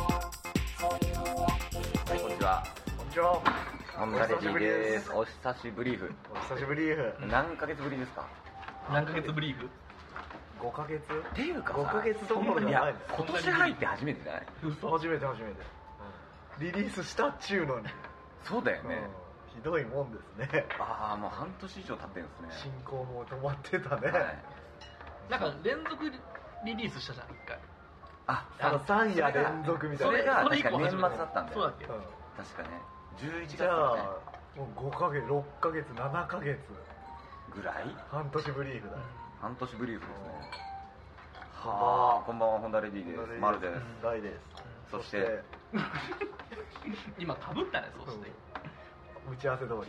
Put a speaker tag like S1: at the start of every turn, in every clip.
S1: はい、こんにちは。
S2: こんにちは。
S1: モンダレディです。お久しぶりー
S2: お久しぶりー。
S1: ふ。何ヶ月ぶりですか
S3: 何ヶ月ブリーグ
S2: 5ヶ月
S1: っていうかさ、
S2: 五ヶ月どころ
S1: い
S2: じゃない
S1: や
S2: です、
S1: 今年入って初めてじゃない
S3: 嘘
S2: 初めて初めて。リリースしたっちゅうのに。
S1: そうだよね。
S2: うんひどいもんですね。
S1: ああ、もう半年以上経ってるんです
S2: 進
S1: ね。
S2: 行も止まってたね。
S1: はい
S3: なんか連続リリースしたじゃん一回
S1: あ、
S2: あの3夜
S1: それが
S2: 連続みたい
S1: そ
S2: な。
S1: れが、
S3: そ
S1: 確
S3: れ以
S1: か
S3: 降
S1: 年
S3: 初
S1: 末
S3: めて
S1: だったんだ
S3: そうだ
S1: よ
S3: っ。け
S2: うん
S1: 確かね。11月
S2: じゃ
S1: だね
S2: あ、もう5ヶ月、6ヶ月、7ヶ月、
S1: ぐらい
S2: 半年ぶりーふだ。
S1: 半年ブリーフですね。はあ、
S2: は
S1: こ
S2: あ
S1: んばんは、ホンダレディです。マルです。
S2: ダイです。
S1: そして、
S3: 今かぶったねそうして、
S2: うん打ち合わせ通り。
S3: はい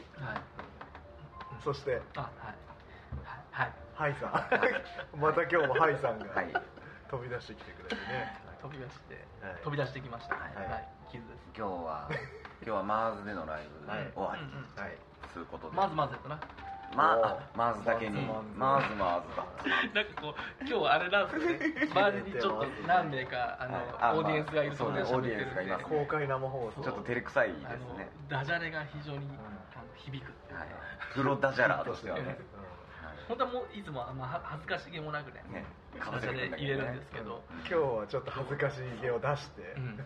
S2: そして、
S3: あはいはいはい
S2: ハイさ ん。また今日もハイさんが
S1: はい。
S2: 飛び出してきてくれてね。
S3: 飛び出して、
S2: はい
S3: 飛び出してきました
S1: はい
S3: はい、
S2: はい
S3: 傷です
S1: 今日は、 今日はマーズでのライブ
S2: はい
S1: 終わ
S3: うんうん
S2: はい。
S1: りということで。
S3: まずまずやったな
S1: ま
S2: おー
S1: あ、マーズだけに、マ
S2: マ
S1: ー
S2: ー
S1: ズ
S2: ズ
S1: マーズだった。
S3: なんかこう今日あれなん ですね周りにちょっと何名かあの、
S1: はい
S3: オーディエンスがいるところで
S1: そうね
S3: 喋っ
S1: オーデ
S3: てるん
S1: ィエンスがい
S3: で
S1: ます
S2: 公開生放送
S1: ちょっと照れくさいです
S3: あの
S1: ね。
S3: ダジャレが非常に、あの響くっていうか
S1: はい。プロダジャラーとしてはね。
S3: うん本当はもういつもあんまは恥ずかしげもなくね
S1: はいね。かぶ
S3: ダ
S1: せ
S3: ジ
S1: てく
S3: ャレ
S1: んだけ
S3: 入れ
S1: ど
S3: るん
S1: ね
S3: ですけど、
S2: 今日はちょっと恥ずかしい毛を出して、
S3: うん
S2: うん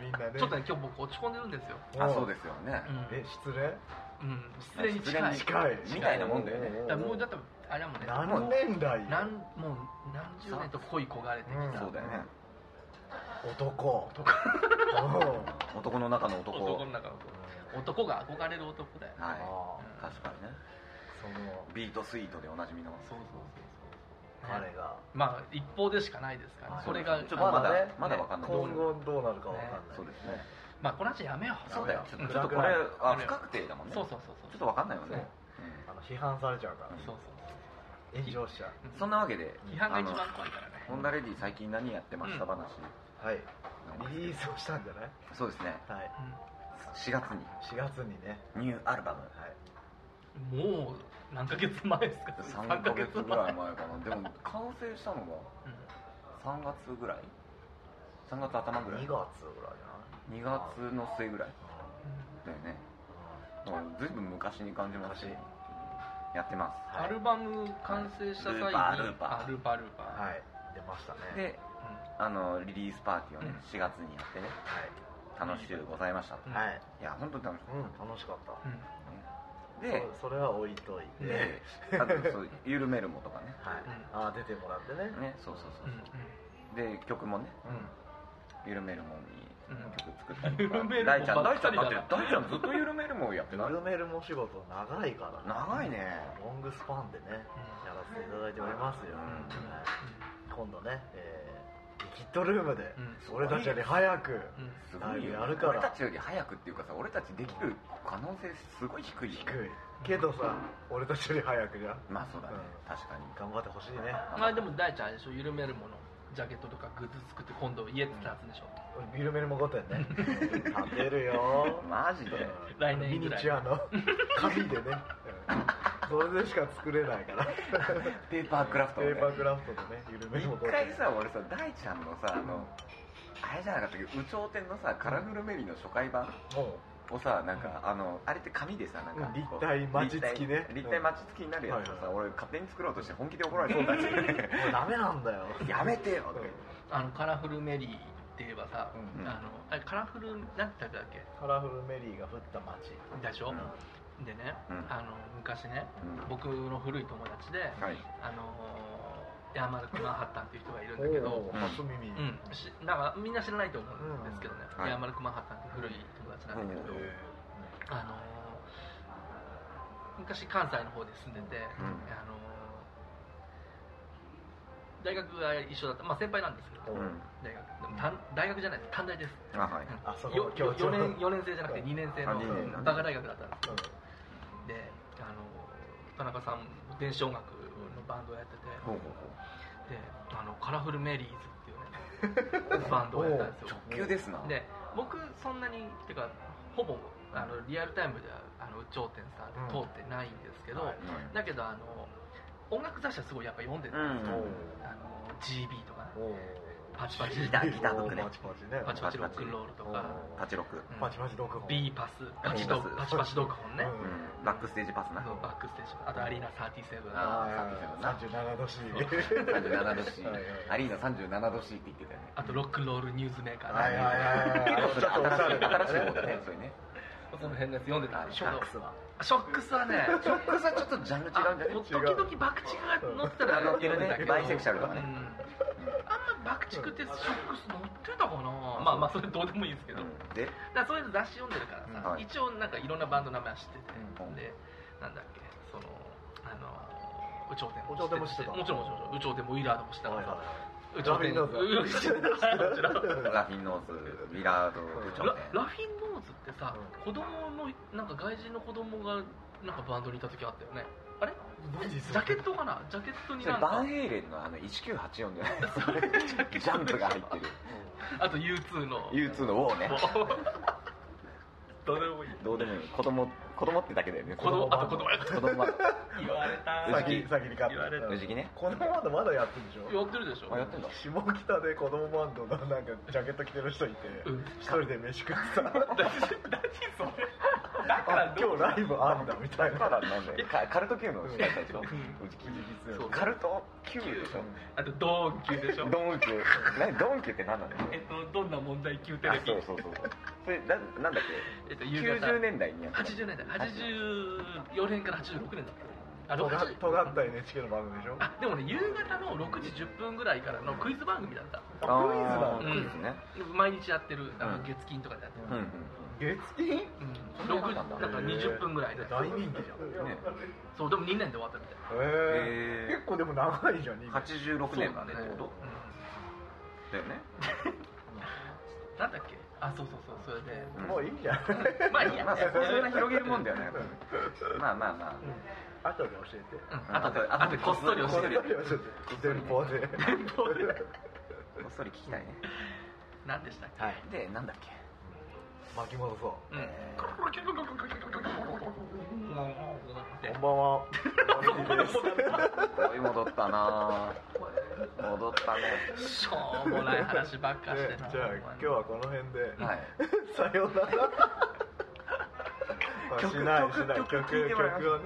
S2: みんなね
S3: ちょっとね今日僕落ち込んでるんですよ、
S1: あ、そうですよね。
S3: うん
S2: え失礼
S3: うん、失礼に近い
S2: 近い
S1: みたいなもんだよね
S2: おーお
S3: だか
S2: ー
S3: ら
S2: お
S3: もう
S2: ー
S3: だってあれだもんね
S2: 何年代
S3: 何もう何十年と恋焦がれてき
S2: うん
S3: た、
S1: そうだよね。
S2: 男男
S1: 男の中の男。
S3: 男
S1: はい。
S3: の中の男が憧れる男だよ、
S2: ああ
S3: うん
S1: 確かにね。
S2: その
S1: ビートスイートでおなじみの。
S3: そうそうそうそう
S2: 彼が
S3: まあ一方でしかないですから、
S2: はい
S3: これが
S1: ちょっと
S3: あの
S1: まだ
S2: ね
S1: まだわかんない
S2: 今後どうなるかわかんない
S1: そうですね。
S3: まあこの話やめよう
S1: そうだよ。ちょっとちょっとこれ
S2: 暗くな
S1: は不確定だもんね。
S3: そうそうそうそう
S1: ちょっとわかんないよね。
S2: あの批判されちゃうから
S1: うん
S3: そう
S2: 炎上しちゃ
S1: うんそ
S3: そうそ
S1: ん
S3: ん
S1: なわけで、
S3: 批判が一番
S1: あの
S3: 怖いからね
S1: ホンダレディ最近何やってました
S3: うん
S1: 話。
S2: うはいリリースをしたんじゃない
S1: そうですね。
S2: はい
S1: 4月に
S2: 4月にね
S1: ニューアルバム。
S2: はい
S3: うんもう何ヶ月前ですか
S1: 3ヶ月ぐらい
S3: うん
S1: 前かな。でも完成したのが3月ぐらい ?3 月頭ぐらい
S2: 2月ぐらいじゃない
S1: 2月の末ぐらいだよね
S2: う
S1: だから随分昔に感じます
S2: 昔
S1: やってま
S2: ん
S3: アルバム完成した際に
S1: ルーパールーパー
S3: あルーパールーパー
S2: はい出ましたね
S1: すであのリリースパーティーをね
S3: うん
S1: 4月にやってね楽しゅうございました
S3: うん
S2: はい、はい
S1: いや本当に楽しか
S2: うん、楽しかった
S3: うんうん
S1: った
S2: で
S1: ね
S2: それは置いといて、
S1: でであとそう「ゆるめるも」とかね
S2: はい
S3: うん
S2: あー出てもらってね
S1: ねそうそうそう
S3: うん
S1: で曲もね
S2: う
S1: 「
S2: ん
S1: ゆるめるも」に
S3: うんうん
S1: 曲作ったりと
S3: ゆ
S1: か
S3: るめるも
S1: 大ちゃん
S3: ば
S1: 大
S3: っ
S1: ちゃ
S3: か
S1: ん
S3: り
S1: だ
S3: だ
S1: っ
S3: な
S1: て大ちゃんずっと「ゆるめるも」やってない
S2: ゆるめるも仕事長いから
S1: 長いね
S2: ロングスパンでねやらせていただいておりますよ、
S1: うん
S2: はい今度ね、えー、リキッドルームで、
S3: う
S2: 俺たちより早く、
S3: うんうん
S1: すごいよ
S2: ライブやるから
S1: 俺たちより早くっていうかさ俺たちできる可能性すごい低いよね
S2: 低いけどさ俺たちより早くじゃん
S1: まあそうだね
S2: うん
S1: 確かに
S2: 頑張ってほしいね
S3: まあでも大ちゃんあれでしょ緩めるものジャケットとかグッズ作って今度家ってやつでしょ
S2: ビルメルもごとやね立てるよ
S1: マジで
S3: 来年
S2: ミ
S3: ぐ
S2: ニ
S3: らい
S2: チュアの紙でねうんそれでしか作れないから
S1: ペーパークラフト
S2: ペ
S1: をね
S2: ーパークラフトのね緩めの
S1: 一回さ俺さ大ちゃんのさあのあれじゃなかったっけ有頂天のさカラフルメリーの初回版
S2: も
S1: をさなんかあのあれって紙でさなんか
S2: うん
S1: こう
S2: 立体マチ付きね
S1: 立体立体マチ付きになるやつをさ
S2: うん
S1: 俺勝手に作ろうとして本気で怒られそうだ し
S2: うもうダメなんだよ
S1: やめてよと
S2: う
S1: か
S2: ん
S1: 言って
S3: あのカラフルメリーって言えばさ
S2: うん
S3: あのあれカラフルなんて言ったっけ
S2: カラフルメリーが降った街
S3: でしょでね
S1: うん
S3: あの昔ね
S1: うん
S3: 僕の古い友達で
S1: はい
S3: あのーヤーマルクマンハッタンっていう人がいるんだけど
S2: おー初耳
S3: うんしなんかみんな知らないと思うんですけどね
S1: うんはい
S3: ヤーマルクマンハッタンって古い友達なんだけど
S1: うん
S3: あのー昔関西の方で住んでて、
S1: うん
S3: あのー大学が一緒だった、まあ、先輩なんですけど、
S2: うん
S1: うん
S3: 大学でも短大学じゃないです短大です
S1: あはい
S2: あそこ
S3: よ
S2: 強
S3: よ
S2: 調
S3: 4年 ,4 年生じゃなくて
S2: うん
S3: 2年生
S1: あ
S3: の
S1: 二
S2: 年のね
S3: バカ大学だったんです
S2: うん
S3: で、あのー田中さん電子音楽のバンドをやってて
S1: ほうほう
S3: であのカラフルメリーズ っていうねバンドをやったんですよ
S1: ほう急ですな
S3: で僕そんなにてかほぼあのリアルタイムではあの頂点さんって通ってないんですけど、
S2: はい
S1: うん
S3: だけどあの音楽雑誌はすごいやっぱ読んでたんですよ、あの GB とかね
S2: おお
S3: パチパチ
S1: ギターギタードックね
S2: パチパチね
S3: パチパチロックンロールとか、
S1: パチロック
S3: うん
S2: パチパチ毒本
S3: B パスパチド
S1: B パ
S3: パ
S1: ス
S3: チパチドッグホンね、
S2: うん
S1: うんバックステージパスな
S3: そうバックステージあとアリーナ37
S1: あ
S3: あ
S2: 三十七度 C
S1: 37度 C
S2: はい
S1: アリーナ37度 C って言ってたよね
S3: とロックンロールニュースメーカーね、
S2: はいはいはいはい
S1: ちょっと
S2: おしゃれだね
S1: 新しい方でねそれね
S3: その辺のやつ読んでたんです
S1: シ
S3: け
S1: ョ
S3: ど
S1: ックスは
S3: ショック スはね
S1: ショックスはちょっとジャンル違うんじゃない
S3: もう時々バクチクが乗ってたら
S1: 乗ってるね
S3: 読んでたけど
S1: バイセクシャルとかね
S3: うんあんまバクチクってショックス乗ってたかなまあまあそれどうでもいいですけど、
S1: うんで
S3: だからそういう雑誌読んでるからさ、
S1: はい
S3: 一応なんかいろんなバンドの名前は知って
S1: う
S3: て、
S1: ん
S3: でなんだっけそのあの有頂天
S2: 有頂天も知ってた
S3: もちろんもちろん有頂天もウィラードも知ってたからさ有頂
S2: ラフィンノーズ
S3: 天うん知ってたもちろん
S1: ラフィンノーズミラード部長
S3: ラ
S1: ね
S3: ラフィンノーズってさ、子供のなんか外人の子供がなんかバンドにいた時あったよねあれジャケットかなジャケットに
S1: それ
S3: なん
S1: バ
S3: か
S1: ンヘイレンのあの1984じゃないジャンプが入ってる
S3: あと U2 の
S1: U2 の「ウォー」ね
S3: もうどうでもいい
S1: どうでもいい子供子供ってだけだよね
S3: 子供あと子供
S1: 子供は
S3: 言われた
S1: さっ
S2: 先
S1: き
S2: 先に買
S3: 言われ
S2: った
S1: 藤木ね
S2: このまままだやってるでしょ
S3: やってるでしょ
S1: あやってんだ
S2: 下北で子供バンドのなんかジャケット着てる人いて
S3: うん
S2: 一人で飯食ってた
S3: 何それだから
S2: あ
S3: ど
S2: 今
S3: う
S2: 日ライブあんだみたい
S1: た
S2: な
S1: だなんだよカカルト Q の司会者でしょ藤木
S3: そ
S1: カルト Q でしょ
S3: あとドンキューでしょ
S1: ドンキュー何ドンキューって何なんだよ
S3: えっとどんな問題級テ
S1: あ
S3: レビ
S1: そうそうそうそれななんだっ
S3: えっと
S1: け
S3: 夕方
S1: 90年代にやった
S3: 80年代84年から86年だったあ
S2: とが
S3: 60
S2: 尖った NHK の番組でしょ
S3: あでもね夕方の6時10分ぐらいからのクイズ番組だった
S2: あクイズなの
S1: クイズね
S3: 毎日やってるあ
S1: うん
S3: の月金とかでやってる
S1: うんうん
S2: 月金
S3: うん
S1: そんな
S3: 6
S1: の
S3: 時
S1: な
S3: なんん
S1: だ
S3: か20分ぐらいで
S2: 大人気じゃん
S1: うんね
S3: そうでも2年で終わったみたい
S2: へえ
S1: え
S2: 結構でも長いじゃん
S1: ー
S2: 今
S1: 86年までって
S3: そう
S1: ことだよね
S3: うんなんだっけあそうそうそうそれで
S1: うん
S2: もういいじゃん
S3: まあいいや
S1: まあそこそんな広げるもんだよねやっぱまあまあまあ
S2: 後で教
S3: うんあとであとでこっそり
S2: えて
S3: 教え
S1: こっそり
S3: てる
S2: 教えて電報で
S1: こっそり聞きたいね
S3: 何でしたっけ
S2: はい
S1: でなんだっけ
S2: 巻き戻そう
S3: うん
S2: こんばんは。
S1: おい戻ったなぁ戻ったね
S3: しょうもない話ばっかして
S2: で
S3: な。
S2: じゃあ今日はこの辺で。
S1: はい
S2: さようなら。
S1: 曲
S2: しないしない
S1: 曲
S2: 曲
S1: 曲聞いてもらいます
S2: 曲をね。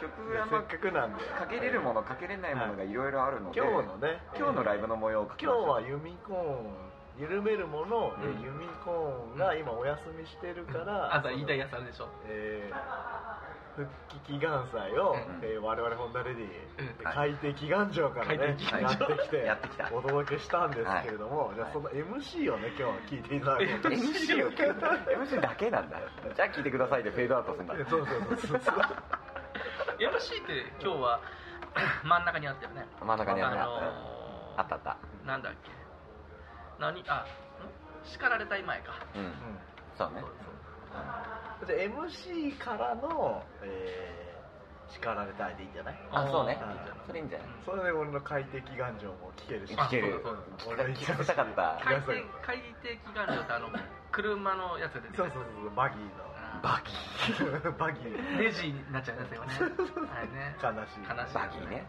S1: 曲
S2: は
S1: 曲
S2: い
S1: あん
S2: せ
S1: ま
S2: っかくなんで。
S1: かけれるものかけれないものがいろいろあるので
S2: 今日のね。
S1: 今日のライブの模様を書き
S2: 今
S1: ましょう
S2: 日はユミコーン緩めるもので
S1: うん
S2: ユミコーンが今お休みしてるから。
S3: あと言いたいやつあるでしょ。
S2: えー復帰祈願祭を、
S3: うん
S2: えー我々ホンダレディ、
S3: うん
S1: はい
S2: 海底祈願場からね
S3: 海底
S1: 祈願
S2: や
S1: 場
S2: ってきて
S1: やってきた
S2: お届けしたんですけれども、じゃあその MC をね今日は聞いていただこう と
S1: MC を聞いた MC だけなんだじゃあ聞いてくださいでフェードアウトするんだ
S2: そうそうそうそう
S3: MC って今日は真ん中にあったよね。
S1: 真ん中にあった、あ
S3: あ
S1: ったあった
S3: のーなんだっけ。何あん叱られたい前か。
S1: うん
S2: う
S1: そうね
S2: んじゃあ MC からの、えー叱られたいでいいんじゃない
S1: あそうね
S3: んいいじゃない
S1: それいいんじゃない
S2: それで俺の海底祈願場も聞けるし
S1: 聞ける
S3: あそう
S1: 聞か聞かせたかった
S3: 海底海底祈願所ってあの車のやつが出てく
S2: そ
S3: る
S2: うそうそうバギー
S1: バキ
S2: のバギー
S3: レジになっちゃうやつよね。あれね。
S2: 悲しい
S3: 悲しい。
S1: バキね。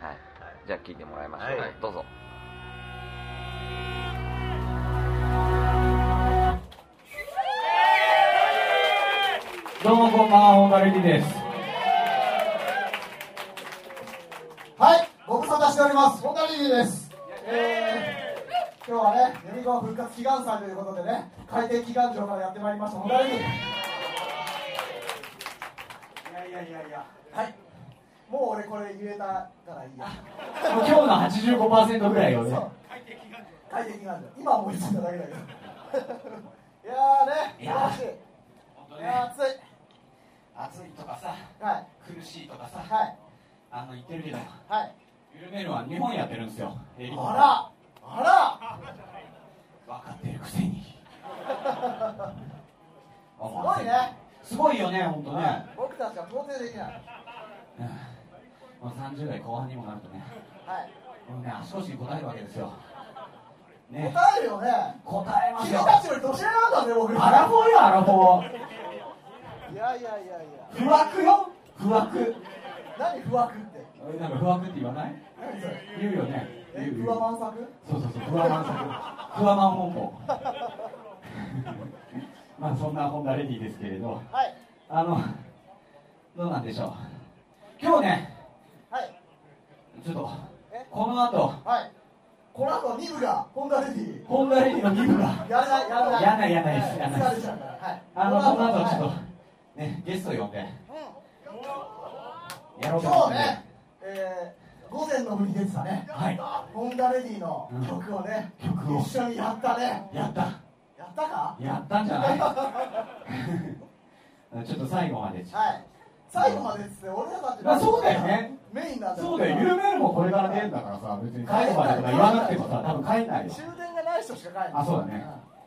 S1: はい
S2: はい
S1: じゃあ聞いてもらいましょう、
S2: はい
S1: どうぞ
S4: どうもこんばんは、オーダレディです。
S5: はい、ご無沙汰しております。本田リリーです。えー、今日はね、ユニコーン復活祈願祭ということでね、海底祈願場からやってまいりました、本田リリー。いやいやいやいや、はい、もう俺これ言えたからいいや。
S4: もう今日の85%ぐらいをね
S5: そ。う、海底祈願場。今は思いつ いただけだけど。いやーね、
S4: い
S5: い
S4: や
S5: や
S4: ー
S5: しい。
S4: 本
S5: いやー、暑い。
S4: 暑いとかさ、
S5: はい、
S4: 苦しいとかさ
S5: はい、
S4: あの言ってるけど、
S5: はい。
S4: ゆるめるは2本やってるんですよ。えり
S5: あら、あら。
S4: 分かってるくせ に。
S5: すごいね。
S4: すごいよね、本当ね。
S5: 僕たちは到底できない。
S4: うんまあ、30代後半にもなるとね、
S5: はい
S4: もうね、足腰に応えるわけですよ。ね、
S5: 答えるよね
S4: 答えま
S5: 君
S4: すよ。
S5: たちより年上なんだね僕
S4: アラフォーよ、アラフォ
S5: いやいやいやいや
S4: ー。不惑よ、不惑。
S5: 何不惑って
S4: えなんか不惑って言わない
S5: 何それ
S4: 言うよね。
S5: え
S4: 言う
S5: 不和満作
S4: そうそうそう、不和満作。不和満本校。 まあそんな本田レディですけれど、
S5: はい
S4: あの、どうなんでしょう。今日ね、
S5: はい
S4: ちょっと
S5: え、
S4: この後、
S5: はいこの後2部がホンダレディ
S4: 本田レディの2部が、
S5: やらないやらない
S4: やらないやらないですやらない
S5: 疲れちゃうからはい
S4: あの、この後ちょっ
S5: は
S4: と、ね、ゲスト呼んで、
S5: い
S4: やろうと
S5: 今
S4: 思っ
S5: 日
S4: て。
S5: ね、えー、午前の部に出てたね、
S4: はい、
S5: ホンダレディの曲をね、
S4: 曲を
S5: 一緒にやったね、
S4: やった。
S5: やったか
S4: やったんじゃない ちょっと最後まで。
S5: はい、最後までっつって、俺らだって、
S4: まあそうだよね、
S5: メインなんだ
S4: そうだよ、有名なのもこれから出るんだからさ、別に最後までとか言わなくてもさ、多分帰んないよ
S5: 終。電がない人しか帰んない、
S4: あ、そうだね。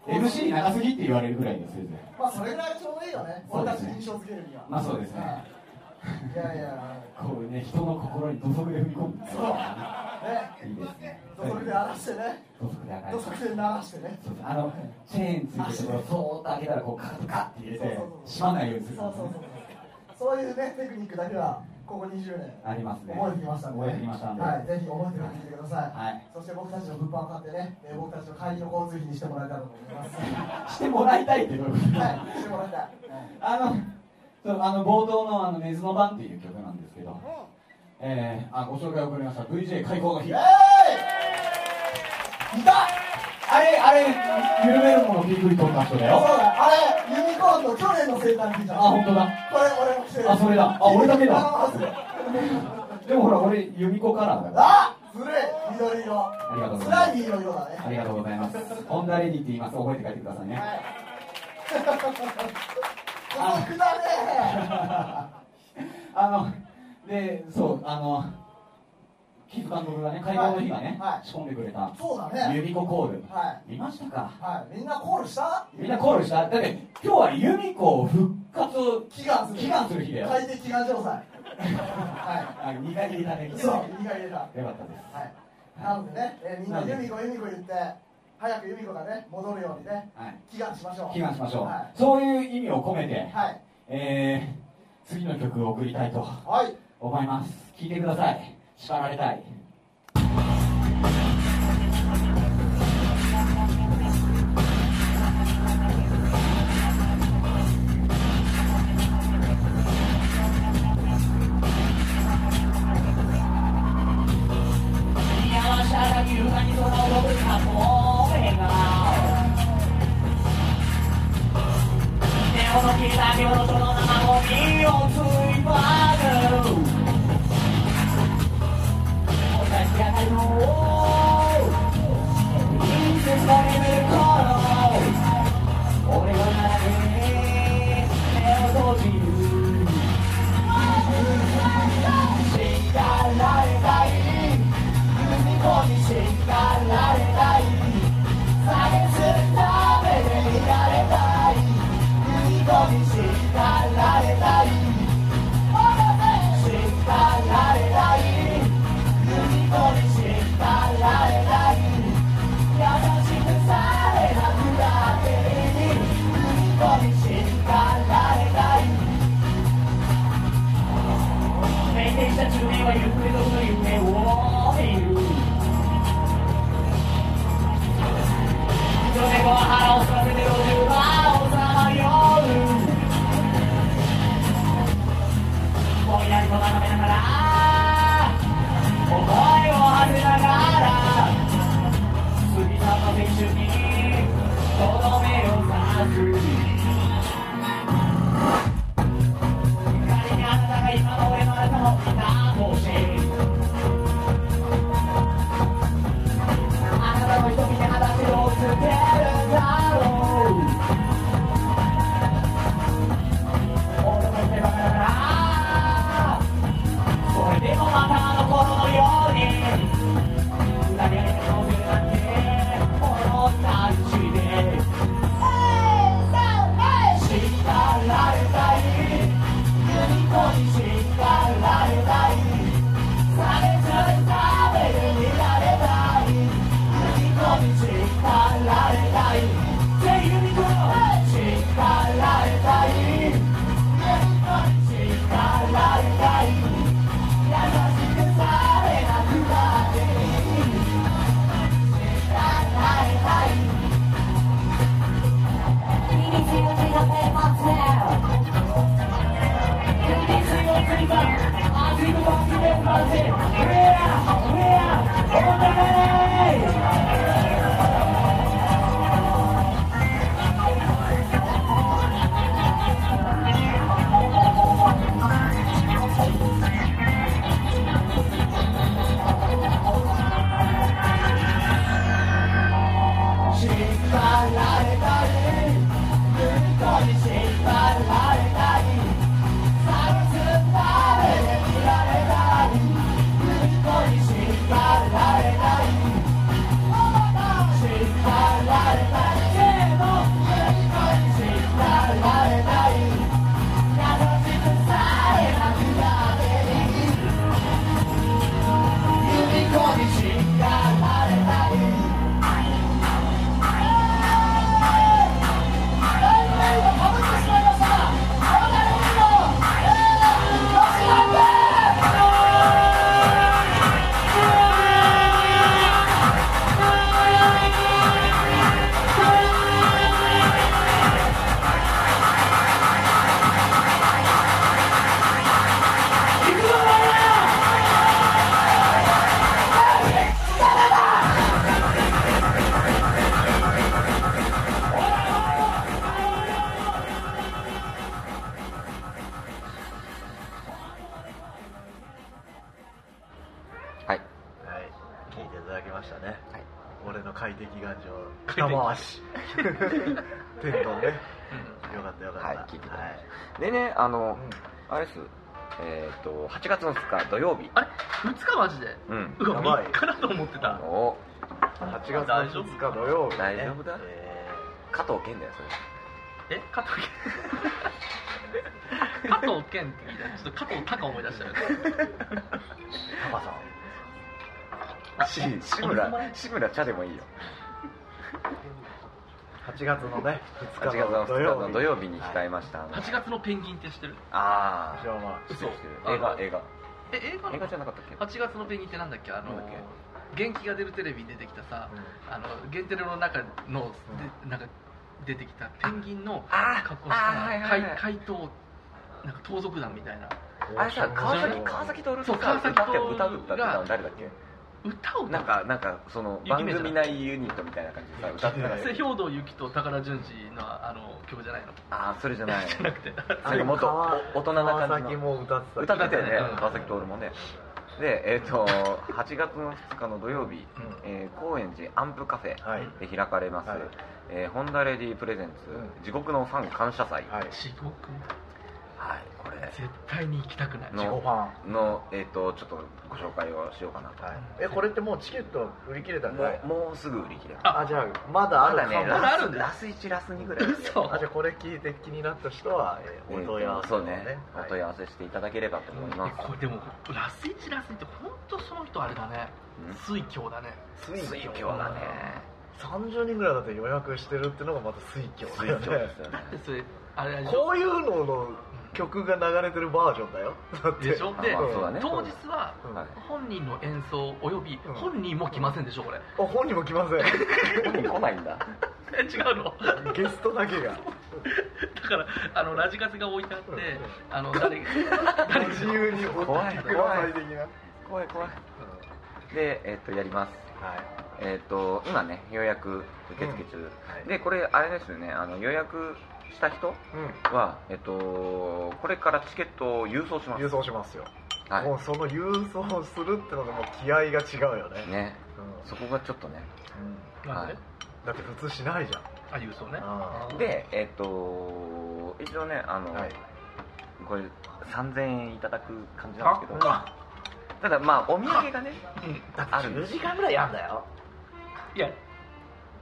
S4: MC 長すぎって言われるぐらいです、全然。
S5: まあそれぐらいがちょうどいいよね、
S4: そう
S5: 俺た
S4: です
S5: ち
S4: ね
S5: 印象づけるには。
S4: まあそうですね。
S5: いやいや、
S4: こうね、人の心に土足で踏み込む。
S5: ね、
S4: いいですね。
S5: 土足で荒らしてね、
S4: 土足で上がる
S5: 土。足で鳴らしてね、
S4: そうそうあの、チェーンついてるところ、そーっと開けたら、こう、カッカッって入れて、閉まないようにす
S5: そう
S4: る。
S5: そうそう、そういうね、テクニックだけは、ここ20年。
S4: ありますね。
S5: 覚えてきましたんで、
S4: 覚えてきましたんで。
S5: はい、ぜひ覚えておいてください。
S4: はい
S5: そして僕たちの物販を買ってね、えー僕たちの会議の交通費にしてもらえたらと思います。 は
S4: してもらいたいってどういうこと
S5: い、してもらいたい。はい
S4: あの、そうあの冒頭のあの、ネズの番っていう曲なんですけど、えー、あ、ご紹介をくれました。VJ 開講の日。いたあれ、あれ、緩めるものピークリ取った
S5: そ
S4: 人だ
S5: う
S4: よ。
S5: だ、あれ、ユニコーンの去年の生誕日じ
S4: あ、
S5: ゃん。
S4: 本当だ。
S5: これ俺も着てる。
S4: あ、それだ。あ、俺だけだ。
S5: あ、ずれ。
S4: でもほら、俺、ユミコカラーだから。
S5: あ、ずれ、緑色。
S4: ありがとうご
S5: ス
S4: ざいます
S5: ライミーの色だね。
S4: ありがとうございます。ホンダレディって言います。覚えて帰ってくださいね。
S5: はい。孤独だね。
S4: あの、で、そう、あの、キズ監督がね、開講の日がね、
S5: はいはい
S4: 仕込んでくれた、
S5: そうだね。
S4: ユミココール。
S5: は
S4: 見ましたか
S5: い。はい、みんなコールした
S4: みんなコールしただって今日はユミコを復活
S5: 祈願する。
S4: 祈願する日だよ
S5: 快適な状態。はい。
S4: あ2回入れたね
S5: そう、意外れた。は
S4: よかったです
S5: い。なのでね、えーみんな由美子由美子言って、早く由美子がね、戻るようにね、
S4: はい
S5: 祈願しましょう。
S4: 祈願しましょう、
S5: は
S4: そういう意味を込めて、
S5: い。はい。
S4: えー、次の曲を送りたいと
S5: はい。
S4: 思います聴いてください縛られたい
S6: 「
S2: したね、
S1: はい
S2: 俺の快適願上
S3: 快適
S2: 肩回し天童ねよかったよかった
S1: はい聞いてくださいでねあの、あれですえっ、と8月の2日土曜日
S3: 2日マジで
S1: うん
S3: うわ
S2: やばい
S3: 3日だと思ってた
S1: お
S2: 8月の2日土曜日、ね、
S1: 大丈夫だ
S2: え
S1: 加藤健だよそれ
S3: え加藤健 加藤健って言いたいちょっと加藤隆思い出したよね
S2: ーパパさん
S1: し志村志村茶でもいいよ
S2: 8月のね
S1: 8月
S2: 2日の
S1: の
S2: 土
S1: 2
S2: 曜
S1: 日
S2: 日
S1: の土曜日に控え
S2: ま
S1: ました、あの
S3: 8月のペンギンって知ってる
S1: あ
S2: じゃあまあ
S1: あ知ってる知ってる
S3: 嘘
S1: 映画映画
S3: え映画
S1: 映画
S3: の
S1: じゃなかったっけ
S3: 8月のペンギンってなんだっけあの
S1: なんだっ
S3: 元気が出るテレビに出てきたさあのゲンテレの中のでなんか出てきたペンギンの
S1: あ
S3: 格好した
S1: あはいはいはい
S3: 怪怪盗なんか盗賊団みたいな
S1: あれさ川
S3: そ
S1: 崎
S3: う
S1: 川崎徹
S3: そう
S1: とさ
S3: 川崎
S1: 歌って
S3: 徹
S1: 歌
S3: が
S1: う歌ってたの誰だっけ
S3: 歌 を
S1: なんかなんかその
S3: 雪
S1: 番
S3: 女
S1: 組内ユニットみたいな感じでさ歌ってなかっ
S3: 瀬
S1: た
S3: 兵道由紀と高田純次のあの曲じゃないの
S1: ああそれじゃない
S3: じゃなくて
S1: あれもっとお大人な
S2: 川
S1: 感
S2: 崎
S1: じの
S2: も歌ってた
S1: 歌ってたよね
S3: うん
S1: 川崎徹もねでえっ、と8月 の2日の土曜日、
S3: うん
S1: えー高円寺アンプカフェ
S2: はい
S1: で開かれます、
S2: はい
S1: えーホンダレディプレゼン
S2: う
S1: ツ地獄のファン感謝祭
S2: はい
S3: 地獄
S1: はいこれ
S3: 絶対に行きたくない
S1: の
S2: 自己ファンは
S1: の、えー、とちょっとご紹介をしようかなと、
S2: いえこれってもうチケット売り切れたんじゃない
S1: もうもうすぐ売り切れま
S2: あじゃあまだある
S1: だ
S2: か
S1: ね
S2: も
S3: まだ
S1: ラ
S3: あるん
S1: ス
S3: だ
S1: ラス1ラス2ぐらいです
S3: 嘘
S2: あじゃあこれ聞いて気になった人は、えーお問い合わせ
S1: そ
S2: を
S1: うね、お問い合わせしていただければと思います、
S3: これでもラス1ラス2って本当その人あれだね
S1: うん
S3: 水郷だね
S1: 水教だね
S2: 30人ぐらいだって予約してるってのがまた水
S1: 水
S2: 挙だよ
S1: 教で
S2: ね
S1: すよ
S3: だ
S1: ね
S3: ってそれあれでしょ
S2: こういうのの曲が流れてるバージョンだよだって
S3: でしょで
S1: あまあそうだね
S3: 当日は
S2: うん
S1: はい
S3: 本人の演奏および
S2: ん
S3: 本人も来ませんでしょこれ
S2: あ 本人も来ません
S1: 本人来ないんだ
S3: え違うの
S2: ゲストだけ が
S3: だからあのラジカセが置いてあって
S2: うん
S3: あの誰が誰が
S2: 自由にお
S1: 怖い
S2: ください的な、うん
S1: 怖い怖いでえっ、とやります
S2: はい
S1: えっ、と今ね予約受付中、
S2: はい
S1: でこれあれですよねあの予約した人はえっ、とこれからチケットを郵送しま
S2: うん、
S1: す
S2: 郵送しますよ、も
S1: は
S2: うその郵送するってのでもう気合が違うよね
S1: いね
S2: う
S1: そこがちょっとね
S2: んうん
S3: なんで
S1: はい
S2: だって普通しないじゃん
S3: あ郵送ね
S2: あ
S1: でえっ、と一応ねあの、
S2: はい
S1: これ3000円いただく感じなんですけど
S3: あ
S1: ただまあお土産がね
S3: うん
S1: あるんです
S2: 間ぐらいやんだよ
S3: いや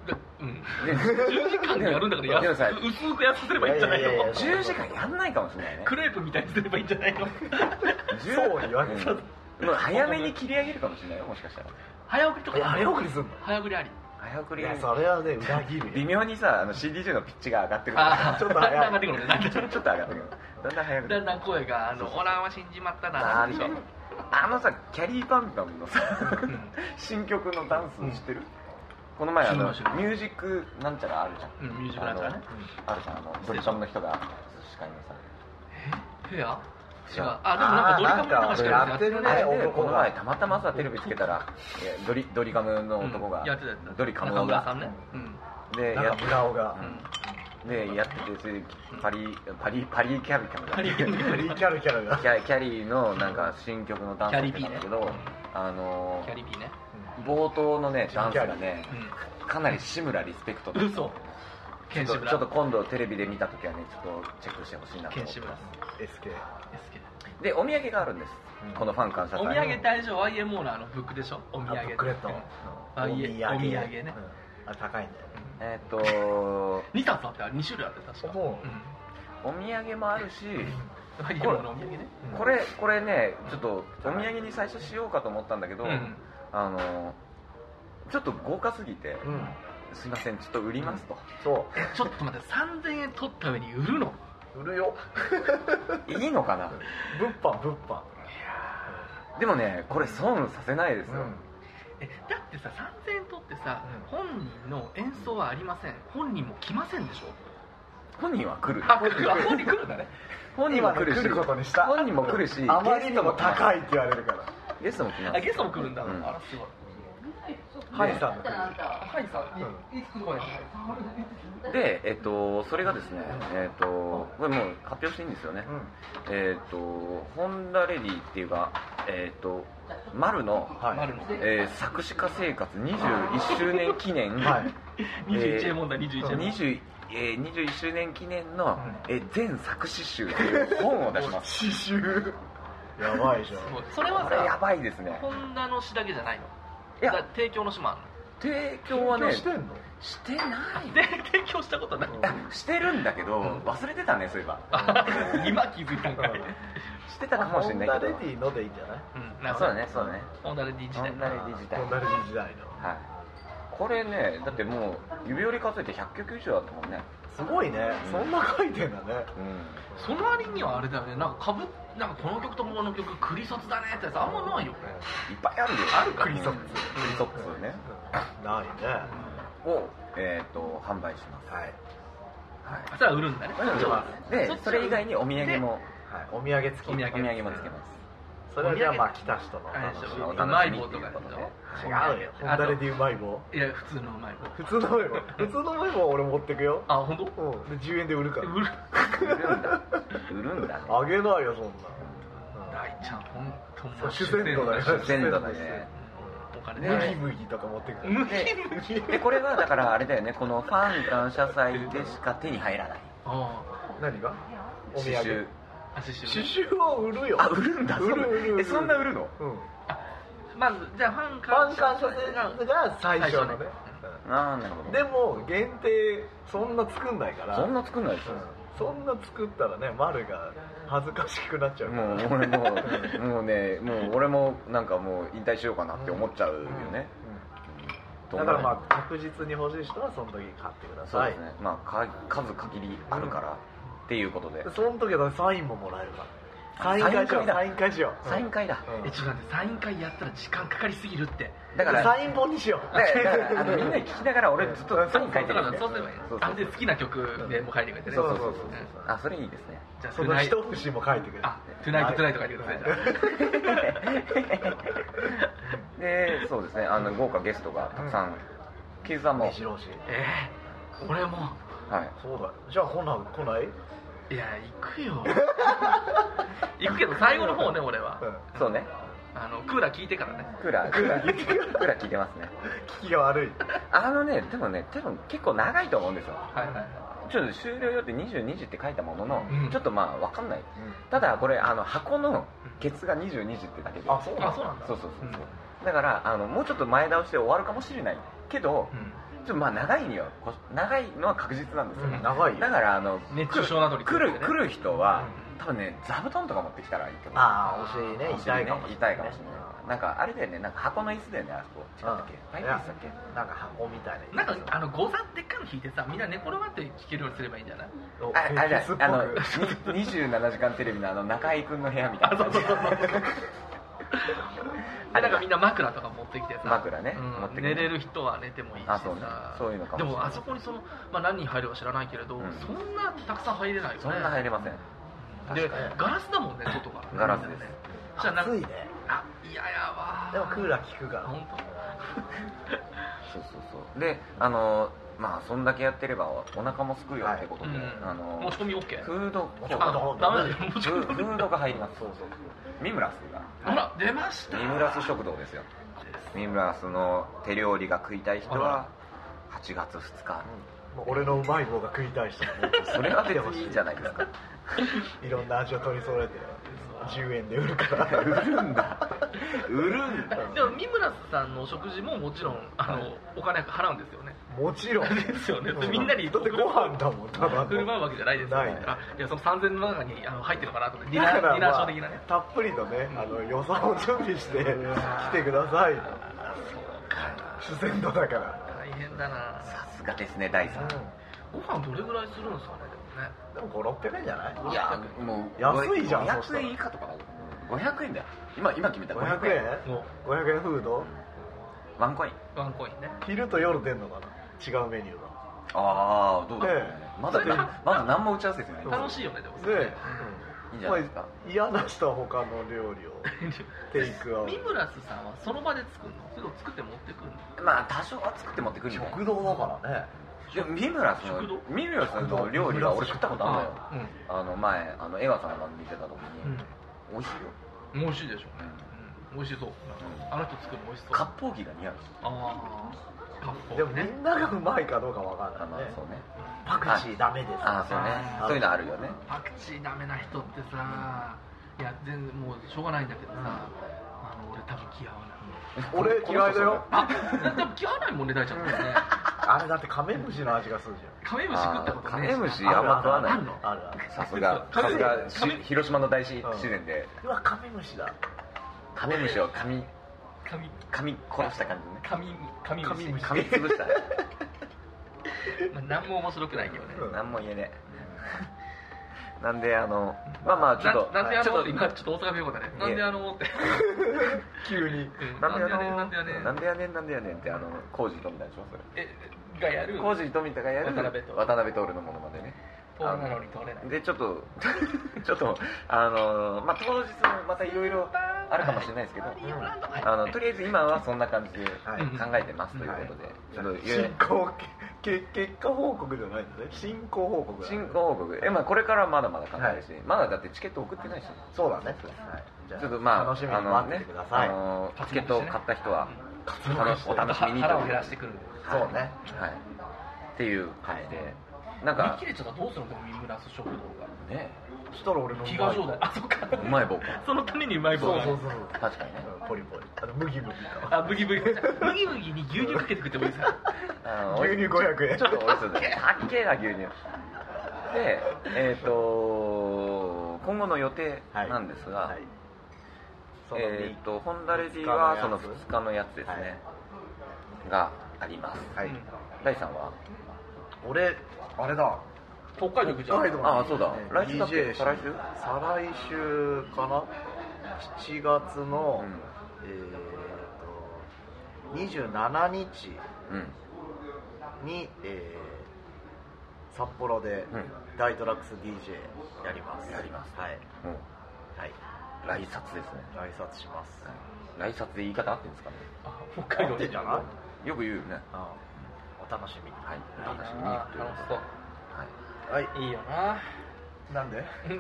S3: だうん
S1: で
S3: 10時間でやるんだから
S1: でもさ
S3: や薄くやらせればいいんじゃない
S2: いやいやい
S3: の
S2: や
S1: 10時間やんないかもしれないね
S3: クレープみたいにすればいいんじゃないの
S1: 10
S2: そう言われた
S1: うんもう早めに切り上げるかもしれないよもしかしたら
S3: 早送りとか
S2: 早送りすんの
S3: 早送りあり
S1: 早送
S2: い
S1: り
S2: やそれはね裏切るよ
S1: 微妙にさあの CDJ のピッチが上がってくる
S3: ああ
S2: ちょっと
S3: だん
S2: 早い
S3: だん上がってくるねだんだん
S1: ちょちょっと上がってくるだんだん早くな
S3: だん
S1: る
S3: だん声が「あのオランは死んじまったな」
S1: あーでしょあのさキャリーパンパンのさ新曲のダンス知ってる、この前あのミ
S3: 知らない
S1: ュージックなんちゃらあるじゃん
S3: うんミュージックなんかね
S1: あるじゃんあのドリカムの人が司会のさ
S3: フェア違う
S1: 違う
S3: あでもなんかドリカムとかしか
S2: あーなんかやってるね
S1: あれで
S2: 男
S1: こ
S2: が
S1: の前たまたまさテレビつけたらいやドリドリカムの男が、
S3: うんやってたやってた
S1: ドリカム
S3: 中
S1: の
S3: 村さ
S1: が
S3: んねうん
S1: で
S2: な
S1: や
S2: ん
S1: っ
S2: か村尾が
S3: うん
S1: でやっててそれでパリパリパリキャビキャムだ
S3: パリ
S1: キ
S3: キャビ
S2: リーキャルキャルが
S1: ャキャリーのなんか新曲のダンスだったんだけど、
S3: キャリビーね
S1: あの
S3: キャリビーね
S1: ー冒頭のねダンスがね
S3: う
S1: かなり志村リスペクトだ
S3: ん
S1: った
S3: 嘘ケン
S1: ち
S3: シ
S1: ょっ
S3: ブ
S1: と
S3: ラ
S1: ちょっと今度テレビで見た時はねちょっとチェックしてほしいなと
S3: ケ
S1: 思
S3: ン
S1: っ
S3: シ
S1: て
S3: ブラ
S1: ます
S2: SK
S3: SK
S1: でお土産があるんです、
S2: うん
S1: このファン感謝
S3: お土
S1: 祭
S3: 産ってあれでしょ YMO のあのブックでしょお土
S2: あ
S3: 産
S2: ブックレット
S3: あいえお土産
S2: う
S3: ね
S2: んあれ高いんだよ
S1: えーっと
S3: 2冊あってあれ2種類あって確か
S2: そう
S3: う
S1: お土産もあるし
S3: ん YMO のお土産ね
S2: うん
S1: これこれねちょっとお土産に最初しようかと思ったんだけど、
S3: うん
S1: あのちょっと豪華すぎて、
S2: うん
S1: すいませんちょっと売りますと、
S2: そ
S3: ちょっと待って3000円取った上に売るの
S2: う売るよ
S1: いいのかな
S2: 物販物販
S1: でもねこれ損させないですよ、
S3: えだってさ3000円取ってさ、
S2: うん
S3: 本人の演奏はありません本人も来ませんでしょ
S1: 本人は来る
S3: あ本人本人来るんだね
S1: 本人
S2: 今
S1: も
S2: の
S1: 来るし
S2: 来ることにした
S1: 本人も来るし
S2: あまりにも
S1: ゲスト
S2: 高いって言われるから
S1: ゲストも来ます
S3: あゲストも来るんだ、
S1: うん
S3: あらすごい
S2: ハイさんの
S7: あったあっ
S3: ハイさん、いいつ来るかね。
S1: で、えっと、それがですね、えっと、これもう発表していいんですよね。えっと、ホンダレディっていうか、えっと、マルの、
S2: はい
S3: なるの。
S1: えー作詞家生活21周年記念、
S2: はい
S3: 二十一円問題、二十一円問題。
S1: 20えー21周年記念の、
S2: う
S1: えー全作詞集という本を出します
S2: やばいじゃん
S3: すごいそれは
S1: これや
S3: さ、
S1: ばいですね
S3: ホンダの詩だけじゃないの。
S1: い
S3: だ
S1: や
S3: 提供の詩もある
S1: 提供はね
S2: してんの
S1: してない
S3: の。で、提供したことない。
S1: あしてるんだけど忘れてたねそういえば
S3: 今気づいたんかい。
S1: してたかもしれないけど
S2: ホンダレディのでいいんじゃない
S3: うん、
S1: あそうだねそうだね
S3: ホンダレディ時
S1: ホ
S3: 代。
S1: ンダレディ自体
S2: ホンダレディ時代の
S1: はいこれねだってもう指折り数えて100曲以上だったもんね
S2: すごいねそんな書いてんだね
S1: うん
S3: その割にはあれだよね、なんかかぶなんかこの曲とこの曲、クリソツだねってやつあんまないよね。
S1: いっぱいあるよ
S2: あるかクリソッツ
S1: うんクリソッツね
S2: ないね
S1: をえっと販売します
S2: はい
S1: はい
S3: そしたら売るんだね。
S1: で
S3: そっちは
S1: それ以外にお土産も
S2: はいお土産付き
S3: お土
S1: お土産もつけま
S2: それはじゃあまあ来た人のお楽しみ
S1: お
S3: う
S1: 楽しみ
S3: まい棒とかでしょ
S2: 違うよホンダレディうまい棒
S3: いや、普通のうまい棒。
S2: 普通のうまい棒普通のうまい棒は俺持ってくよ
S3: あ、本当？
S2: うんで10円で売るから
S3: 売る。
S1: す売るんだ売るんだね
S2: あげないよそんな
S3: 大ちゃん、本当も
S2: そうう主戦度だよ
S1: 主戦度だね
S3: お金
S2: ム
S3: ね
S2: ギ。ムギとか持ってくる
S3: 無
S1: で
S3: 限無限。
S1: でこれはだからあれだよねこのファン感謝祭でしか手に入らない
S3: あ
S2: 何がお土
S1: 刺繍
S2: 産
S3: あ、足し
S2: 刺繍を売るよ
S1: あ売るんだ
S2: 売る売る売る
S1: えそんな売るの
S2: うん
S3: まず、じゃあファン
S2: ファン
S3: 感
S2: 感謝
S3: 謝祭が
S2: 祭が最初のね
S1: ああなるほ
S2: うん
S1: ど
S2: でも限定そんな作んないから
S1: そんな作んないでし
S2: う
S1: ょ
S2: んそんな作ったらね丸が恥ずかしくなっちゃうか
S1: も
S2: ら
S1: う俺もうもうねもう俺もなんかもう引退しようかなって思っちゃうよね、
S2: うん
S1: と思
S2: だ
S1: う
S2: からまあ確実に欲しい人はその時買ってく
S1: そ
S2: だ
S1: う
S2: さ
S1: で
S2: い
S1: すね、まあか数限りあるから、っていうことで
S2: その時はサインももらえるからサイン会しよう
S1: サ
S2: サ
S1: イ
S2: イ
S1: ン
S2: ン会
S1: サイン会
S2: しよう
S1: だ、
S2: うん
S3: え、ちょっと待って、サイン会やったら時間かかりすぎるって。
S1: だから
S2: サイン本にしよう
S1: だからだからあのみんなに聞きながら俺ずっとサイン書いて
S3: だか
S1: る
S3: ら
S1: んで
S3: そうすればいい
S1: そう
S3: あで好きな曲でもう書いてくれてね
S2: そうそうそうそう
S1: あそれいいですね
S3: じゃあ
S2: そ
S3: トゥ
S2: の
S3: ナイ
S2: 一
S3: ト
S2: 節も書いてくれる
S3: あトゥナイトトゥナイト書いてくださいじゃ
S1: でそうですねあの豪華ゲストがたくさんキズさん も、は
S2: 目
S1: い、
S2: 白押し
S3: あえー、俺も
S2: そうだじゃあ来ない来ない、
S3: いや行くよ行くけど最後の方ね俺は
S1: そうね
S3: あのクーラー聞いてからね
S1: クーラークーラークーラー聞いてますね
S2: 聞きが悪い
S1: あのねでもね多分結構長いと思うんですよ
S3: はいはいは
S1: ちょっと終了予定22時って書いたものの、
S3: うん
S1: ちょっとまあわかんないただこれあの箱のケツが22時ってだけで
S2: あそう
S3: あそうなんだ
S1: そうそうそうそう
S3: う
S1: だからあのもうちょっと前倒しで終わるかもしれないけどち
S3: ん
S1: ょっとまあ長いにはこ長いのは確実なんですよ、
S3: うん
S2: 長いよ
S1: だからあの
S3: 熱中症などに
S1: 来る来る人は
S3: う
S1: 多分ね座布団とか持ってきたらいいと思う
S2: ああお尻ね
S1: お尻
S2: 痛
S1: ね
S2: いかもしれ
S1: 痛
S2: ない
S1: いかもしれないなんかあれだよねなんか箱の椅子だよねあそこ違ったっけパイプ椅子だっけ
S2: なんか箱みたいな
S3: なんかあのゴザでっかいの弾いてさみんな寝転がって聴けるようにすればいいんじゃない
S2: お
S1: ああれだ
S2: フェイスっぽく
S1: あのに27時間テレビのあの中居君の部屋みたいな
S3: あそうそうそうそうでなんかみんな枕とか持ってきてさ
S1: 枕ね
S3: うん
S1: 持ってくる
S3: 寝れる人は寝てもいいし
S1: あ
S3: さ
S1: そうねそういうのかもし
S3: で
S1: れない
S3: もあそこにその、まあ、何人入るか知らないけれど、
S1: うん
S3: そんなたくさん入れないよね
S1: そんな入れません
S2: 確
S3: で
S2: かに
S3: ガラスだもんね外が
S1: ガラスです
S3: じゃあなん
S2: 暑い
S3: か
S2: ね
S3: あいややわ
S2: でもクーラー効くから
S3: 本
S1: そうそうそうであのまあそんだけやってればお腹もすくよってこと
S3: 当
S1: で、あ
S3: うん
S1: の
S3: 持ち込み OK
S1: フード
S2: 持ち込み
S3: あダメだよ持ち
S1: フ
S3: 込
S1: フ
S3: み
S1: ードが入りますそうそうミムラスが
S3: ほら出ました
S1: ミムラス食堂ですよミムラスの手料理が食いたい人は8月2日
S2: もう俺のうまい棒が食いたい人 もね
S1: それは別にいいんじゃないですか
S2: いろんな味を取り揃えて10円で売るから
S1: 売るんだ売るんだ
S3: でも三村さんのお食事ももちろんあの、お金払うんですよね
S2: もちろん
S3: ですよねみんなに
S2: だってご飯だもんただの
S3: 振る舞うわけじゃないですよ
S2: ない
S3: ねあいやその3000の中にあの入ってるのかなと思ってディ
S2: だ
S3: ナ
S2: か
S3: ー
S2: ら
S3: ディナーショ
S2: ま
S3: ー的なね
S2: あたっぷりとねあの予算を準備して来てください自然度だから
S3: 大変だな
S1: さすがですね大さん
S3: ご飯どれぐらいするんですかね
S2: でも5600円じゃない
S1: いやもう
S2: 安いじゃんそし
S1: 500
S2: たら
S1: 円以下とかだよ500円だよ今今決めた
S2: 500
S1: 500円
S2: 円
S3: でもねも
S2: 500円フード
S1: ワンコイン
S3: うワンコインね
S2: 昼と夜出んのかな違うメニューが
S1: ああどうだろうね
S2: え
S1: まだねまだ何も打ち合わせですよね
S3: 楽しいよねでもそれ
S2: で
S1: いい
S3: ね、
S1: んじゃないですか
S2: まあ嫌な人は他の料理をテイクアウ
S3: ビ
S2: ト
S3: ブラスさんはその場で作るのそれとも作って持ってくるの
S1: まあ多少は作って持ってくるんで
S2: 食堂だからね
S1: でも三村さ
S3: 食堂
S1: ん三村さんの料理は俺食ったことあるのよ
S3: うん
S1: あの前あの江川さんの番組見てた時に美味しいよ
S3: うん美味しいでしょうね、うん、美味しそうあの人作るの美味しそう
S1: 割烹着が似合う
S3: ああ割烹
S2: でもみんながうまいかどうかわか
S1: あ
S2: ん
S1: ま
S2: な
S1: あ
S2: いね
S1: そうね
S2: パクチーダメです
S1: ああそうねそういうのあるよね
S3: パクチーダメな人ってさいや全然もうしょうがないんだけどさ、あの俺多分気合わない
S2: 俺嫌いだよ
S3: あ多分気合わないもんね大ちゃんってね
S2: あれだってカメムシの味がするじ
S3: カメムシ食った
S1: あ
S3: こと
S1: カ
S3: ね
S1: メムシ
S2: ゃん
S1: あんま食わ
S3: あ
S1: ない
S3: んの
S2: あるある
S1: さすがさすがし広島の大自然で
S2: うわカメムシだ
S1: カメムシを噛み
S3: カミ
S1: 噛み殺した感じね
S3: カミカミ
S2: カミムシ
S1: 噛み潰した
S3: まあ、何も面白くないけどね、
S2: うん
S1: 何も言えねえ なんであのまあまあちょっと
S3: ななんであ
S1: ちょ
S3: の
S1: っと
S3: 今ちょっと大阪弁護だね
S1: え
S3: なんであのって
S2: 急に
S3: うん
S1: なんでやねん
S3: なんでやねん
S1: な
S3: なんんでやねん
S1: でやねんなんでやねんってあのコージー富田でしょそれ
S3: えがやる
S1: コージー富田がやる
S3: 渡辺徹
S1: 渡辺徹のものまでね
S3: 女なのに取れない
S1: でちょっと ちょっとあのまあ当日もまたいろいろあるかもしれないですけど
S3: いいよなんとか
S1: あのとりあえず今はそんな感じで考
S2: はい
S3: うん
S1: えてますということでちょっといろいろ
S2: 進行けけ結果報告じゃないんだね進行報告だね
S1: 新興報告えまあこれからまだまだ考えるしまだだってチケット送ってないし
S2: そうだね
S1: ちょっとまあ、
S2: 楽しみ
S1: あ
S2: に
S1: の
S2: 待って
S1: ね
S2: てくだ、さ
S1: あ
S2: い
S1: のチケットを買った人は、
S2: 目
S1: 楽
S2: して
S1: お楽しみにという
S3: 腹を減らしてくるんで
S1: はい
S2: そうね
S1: はい。っていう感じで、なん
S3: 見
S1: か
S3: 切、れちゃったらどうするのミムラス食堂が
S1: ね、
S2: そしたら俺の
S3: 飢餓状態あそっか
S1: うまい棒か。
S3: そのためにうまい棒
S2: そう
S3: が
S2: そうそう
S1: 確かにね。
S2: ポリポリあの麦麦
S3: あブギブギじゃあブギブギに牛乳かけてくってもいいですか
S1: あの
S2: 牛乳500円
S1: ちょっとおいしそうだね。たっけえな、牛乳。で、えっ、と、今後の予定なんですが、
S2: はいその
S1: えっ、と、ホンダレディはその
S2: 二日のや
S1: 2
S2: つ
S1: 日のやつですね、があります。
S2: はい
S3: うん
S1: 第3は
S2: 俺あれだ
S3: 北海道行くじゃん
S2: 北海道
S1: ああ、そうだ。来週だっけ
S2: DJ
S1: 再来週
S2: 再来週かな7月の、
S1: うん
S2: えー、と27日
S1: うん。
S2: に、えー札幌で、
S1: うん
S2: 大トラックス DJ やります
S1: やります
S2: はい
S1: もう
S2: はい
S1: 来殺ですね
S2: 挨拶します
S1: 来殺で言い方合ってんですかね
S3: あ北海道
S2: 合ってんじゃない
S1: よく言うよね
S2: うんお楽しみに
S1: はい
S3: いい
S1: 楽しみに
S3: な
S1: という
S3: 楽し
S1: こと
S3: そ
S1: で
S3: う
S1: はい
S2: はい
S3: いいよな
S2: なんで
S3: い
S1: い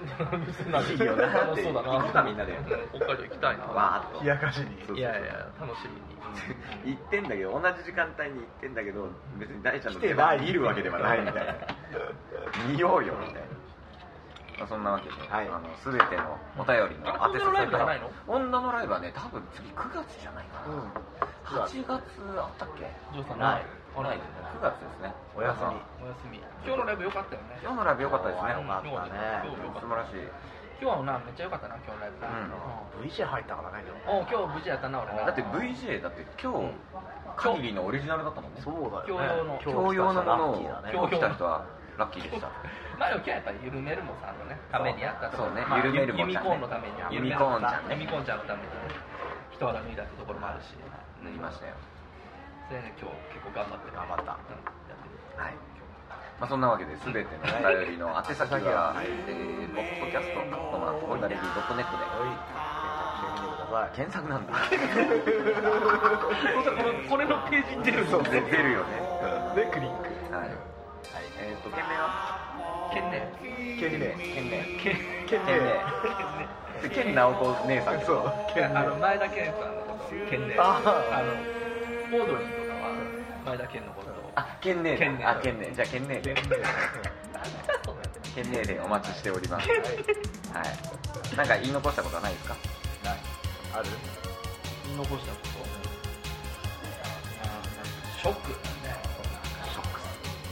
S1: いよな
S3: 楽しそうだな
S1: 行こうかみんなで
S3: 北海道行きたいな
S1: わーっ
S2: 冷やかしに
S1: そう
S3: いやいや楽しみに
S1: と行ってんだけど同じ時間帯に行ってんだけど別に大ちゃんの
S2: 来て
S1: 出番
S2: ない
S1: 見るわけではないみたいな見ようよみたいなまあそんなわけで、
S2: はい
S1: あの全てのお便りの
S3: あれ
S1: 宛先
S3: 女のライブじゃないの
S1: 女のライブはね多分次9月じゃないかな、
S2: 9月
S1: 8月あったっけ
S3: ジョーさん
S1: ない
S3: あな
S1: な
S3: い
S1: い9月ですね
S2: お休み
S3: お休み今日のライブ良かったよね
S1: 今日のライブ良かったですね
S2: よかったね
S3: 今日良か
S1: 素
S3: っ
S1: 晴らしい
S3: た今日はなめっちゃ良かったな今日のライブな
S1: うん
S3: うん
S2: VJ 入ったからないよ
S3: おう今日無事やったな俺な
S1: だって VJ だって今日限りのオリジナルだったもんね
S2: そうだよね
S3: 教養
S1: 教養の
S3: の
S1: ものを
S2: 今日来た人はラッキーだ
S1: 今日来た人はラッキーで
S2: ね
S1: した
S3: まあでも今日やっぱり緩めるもさんのねためにやったと
S1: そうね
S3: まあ
S1: 緩めるもん
S3: ユミ
S1: ちゃんね
S3: コーンのために
S1: ユミコーンちゃんね
S3: ユミコーンちゃんのためにね人肌脱いだってところもあるし
S1: 塗りましたよ
S3: それで今日結構頑張って
S2: 頑張った
S3: うんやってる
S1: はいまあそんなわけで全てのお便りの宛先は「えーポッドキャスト」「コマンホンダレディ .net」
S2: はい検索してみてください
S1: 検索なんだ
S3: これこれのページに出るも ん
S1: 出
S3: ね
S1: るよね
S2: でクリック
S1: はいえっと件名は
S3: 県ね
S2: 懸命
S1: 件名
S3: 県
S1: 件
S2: 懸
S1: 名剣直子姉さん
S2: そう懸
S3: あ
S2: 命
S3: の前田健さんのこと県ね
S2: あー
S3: あのオードリーとかは前田健のことを
S1: あ剣ね
S3: 剣ね
S1: あ剣ねじゃあ剣ね
S2: 懸命
S1: 県名でお待ちしております。はい。なんか言い残したことはないですか？
S2: ある
S3: 残したことショックだね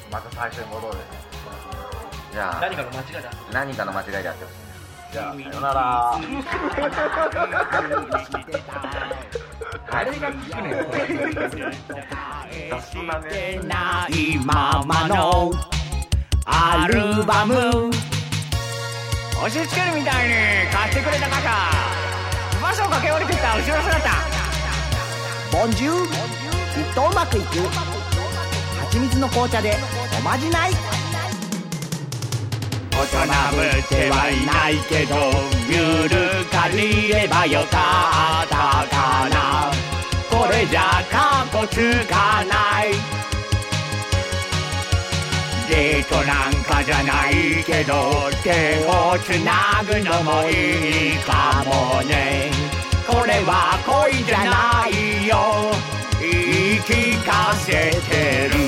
S2: また最初に戻る
S1: じゃあ
S3: 何かの間違いだ
S1: 何かの間違いであってほしい。
S2: じゃあさよなら
S1: 誰が聞くねんこれ。
S7: ないままのアルバム押し付けるみたいに貸してくれた方場所を駆け下りてった後ろ姿ボンジュールきっとうまくいく蜂蜜の紅茶でおまじない大人ぶってはいないけどミュール借りればよかったかなこれじゃカッコつかないデートなんかじゃないけど手をつなぐのもいいかもねこれは恋じゃないよ言い聞かせてる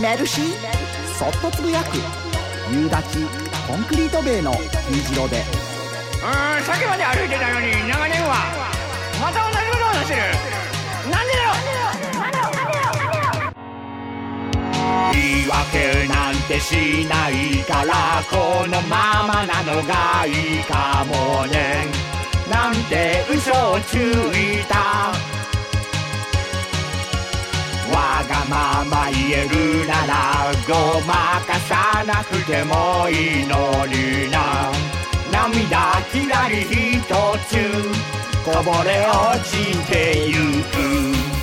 S8: メルシーそっとつぶやく夕立コンクリート塀の虹色で
S7: うーんさっきまで歩いてたのに長年はまた同じことを話してるなんでだろう言い訳なんてしないからこのままなのがいいかもねなんて嘘をついたわがまま言えるならごまかさなくてもいいのにな涙きらりひとつこぼれ落ちてゆく